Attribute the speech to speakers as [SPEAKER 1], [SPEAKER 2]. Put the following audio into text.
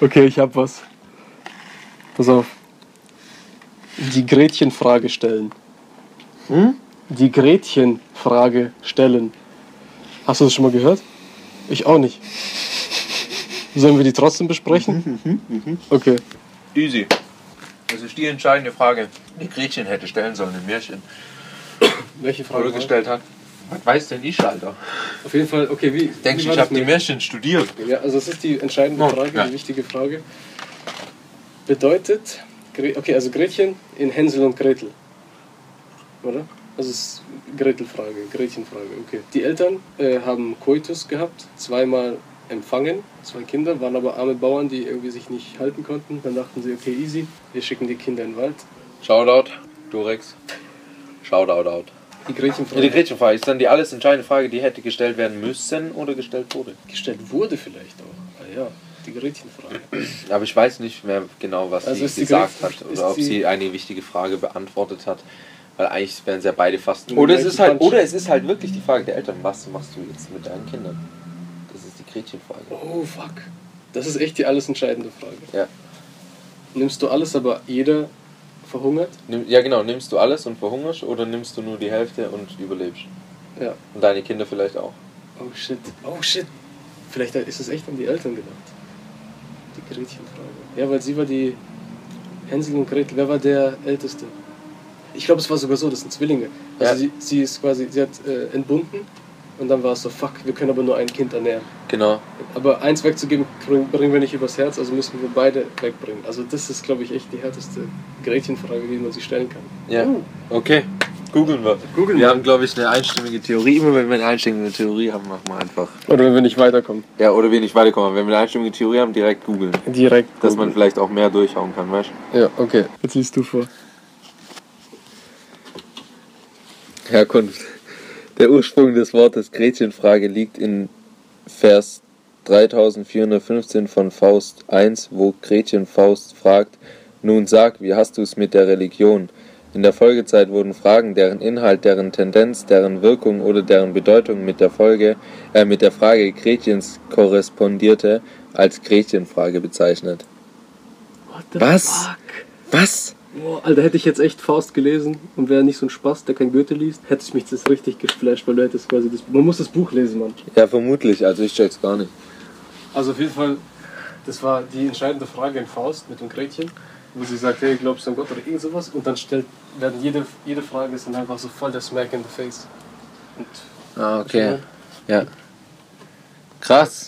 [SPEAKER 1] Okay, ich hab was. Pass auf. Die Gretchenfrage stellen.
[SPEAKER 2] Hm?
[SPEAKER 1] Die Gretchenfrage stellen. Hast du das schon mal gehört? Ich auch nicht. Sollen wir die trotzdem besprechen?
[SPEAKER 3] Mhm,
[SPEAKER 1] Okay.
[SPEAKER 3] Easy. Das ist die entscheidende Frage, die Gretchen hätte stellen sollen im Märchen.
[SPEAKER 1] Welche
[SPEAKER 3] Oder gestellt hat. Was weiß denn ich, Alter?
[SPEAKER 1] Auf jeden Fall, okay, wie?
[SPEAKER 3] Denkst du, ich habe die Märchen studiert?
[SPEAKER 1] Ja, also es ist die entscheidende
[SPEAKER 3] Oh,
[SPEAKER 1] Frage,
[SPEAKER 3] ja.
[SPEAKER 1] die wichtige Frage. Bedeutet, Gre- okay, also Gretchen in Hänsel und Gretel. Oder? Also es ist Gretel-Frage, Gretchen-Frage, okay. Die Eltern äh, haben Koitus gehabt, zweimal empfangen, zwei Kinder, waren aber arme Bauern, die irgendwie sich nicht halten konnten. Dann dachten sie, okay, easy, wir schicken die Kinder in den Wald.
[SPEAKER 3] Shoutout, Durex. Shoutout out.
[SPEAKER 1] Die
[SPEAKER 3] Die
[SPEAKER 1] Gretchen-Frage
[SPEAKER 3] Gretchenfrage ist dann die alles entscheidende Frage, die hätte gestellt werden müssen oder gestellt wurde.
[SPEAKER 1] gestellt wurde vielleicht auch. Ah ja, die Gretchen-Frage.
[SPEAKER 3] Aber ich weiß nicht mehr genau, was
[SPEAKER 1] Also ist
[SPEAKER 3] sie
[SPEAKER 1] die
[SPEAKER 3] gesagt
[SPEAKER 1] Gretchen-
[SPEAKER 3] hat
[SPEAKER 1] ist
[SPEAKER 3] oder ob
[SPEAKER 1] sie-
[SPEAKER 3] sie eine wichtige Frage beantwortet hat. Weil eigentlich wären sie ja beide fast.
[SPEAKER 1] Oder es ist halt- oder
[SPEAKER 3] es ist halt wirklich die Frage der Eltern, was machst du jetzt mit deinen Kindern? Das ist die Gretchenfrage.
[SPEAKER 1] Oh, fuck. Das ist echt die alles entscheidende Frage.
[SPEAKER 3] Ja.
[SPEAKER 1] Nimmst du alles, aber jeder verhungert?
[SPEAKER 3] Nimm, ja genau, nimmst du alles und verhungerst oder nimmst du nur die Hälfte und überlebst?
[SPEAKER 1] Ja.
[SPEAKER 3] Und deine Kinder vielleicht auch.
[SPEAKER 1] Oh shit. Oh shit. Vielleicht ist es echt an die Eltern gedacht. Die Gretchenfrage. Ja, weil sie war die Hänsel und Gretel. Wer war der Älteste? Ich glaube, es war sogar so, das sind Zwillinge. Also
[SPEAKER 3] Ja.
[SPEAKER 1] sie, sie ist quasi, sie hat äh, entbunden und dann war es so, fuck, wir können aber nur ein Kind ernähren.
[SPEAKER 3] Genau.
[SPEAKER 1] Aber eins wegzugeben, bring- bringen wir nicht übers Herz, also müssen wir beide wegbringen. Also das ist, glaube ich, echt die härteste Gretchenfrage, die man sich stellen kann.
[SPEAKER 3] Ja. Okay. Oh. Googeln wir.
[SPEAKER 1] Googeln
[SPEAKER 3] wir
[SPEAKER 1] wir.
[SPEAKER 3] haben, glaube ich, eine einstimmige Theorie. Immer wenn wir eine einstimmige Theorie haben, machen wir einfach.
[SPEAKER 1] Oder wenn wir nicht weiterkommen.
[SPEAKER 3] Ja, oder wir nicht weiterkommen. Wenn wir eine einstimmige Theorie haben, direkt googeln.
[SPEAKER 1] Direkt.
[SPEAKER 3] Dass man vielleicht auch mehr durchhauen kann, weißt du?
[SPEAKER 1] Ja, okay. Jetzt liest du vor.
[SPEAKER 3] Herkunft. Der Ursprung des Wortes Gretchenfrage liegt in Vers 3415 von Faust I, wo Gretchen Faust fragt, nun sag, wie hast du es mit der Religion? In der Folgezeit wurden Fragen, deren Inhalt, deren Tendenz, deren Wirkung oder deren Bedeutung mit der Folge, äh, mit der Frage Gretchens korrespondierte, als Gretchenfrage bezeichnet.
[SPEAKER 1] What the
[SPEAKER 3] Was?
[SPEAKER 1] fuck?
[SPEAKER 3] Was?
[SPEAKER 1] Boah, Alter, hätte ich jetzt echt Faust gelesen und wäre nicht so ein Spaß, der kein Goethe liest, hätte ich mich das richtig geflasht, weil du hättest quasi das. Man muss das Buch lesen, Mann.
[SPEAKER 3] Ja, vermutlich, also ich check's gar nicht.
[SPEAKER 1] Also auf jeden Fall, das war die entscheidende Frage in Faust mit dem Gretchen, wo sie sagt, hey, glaubst du an Gott oder irgend sowas? Und dann stellt, werden jede, jede Frage ist dann einfach so voll der Smack in the Face. Und
[SPEAKER 3] Also, Ah, okay. Ja. Krass.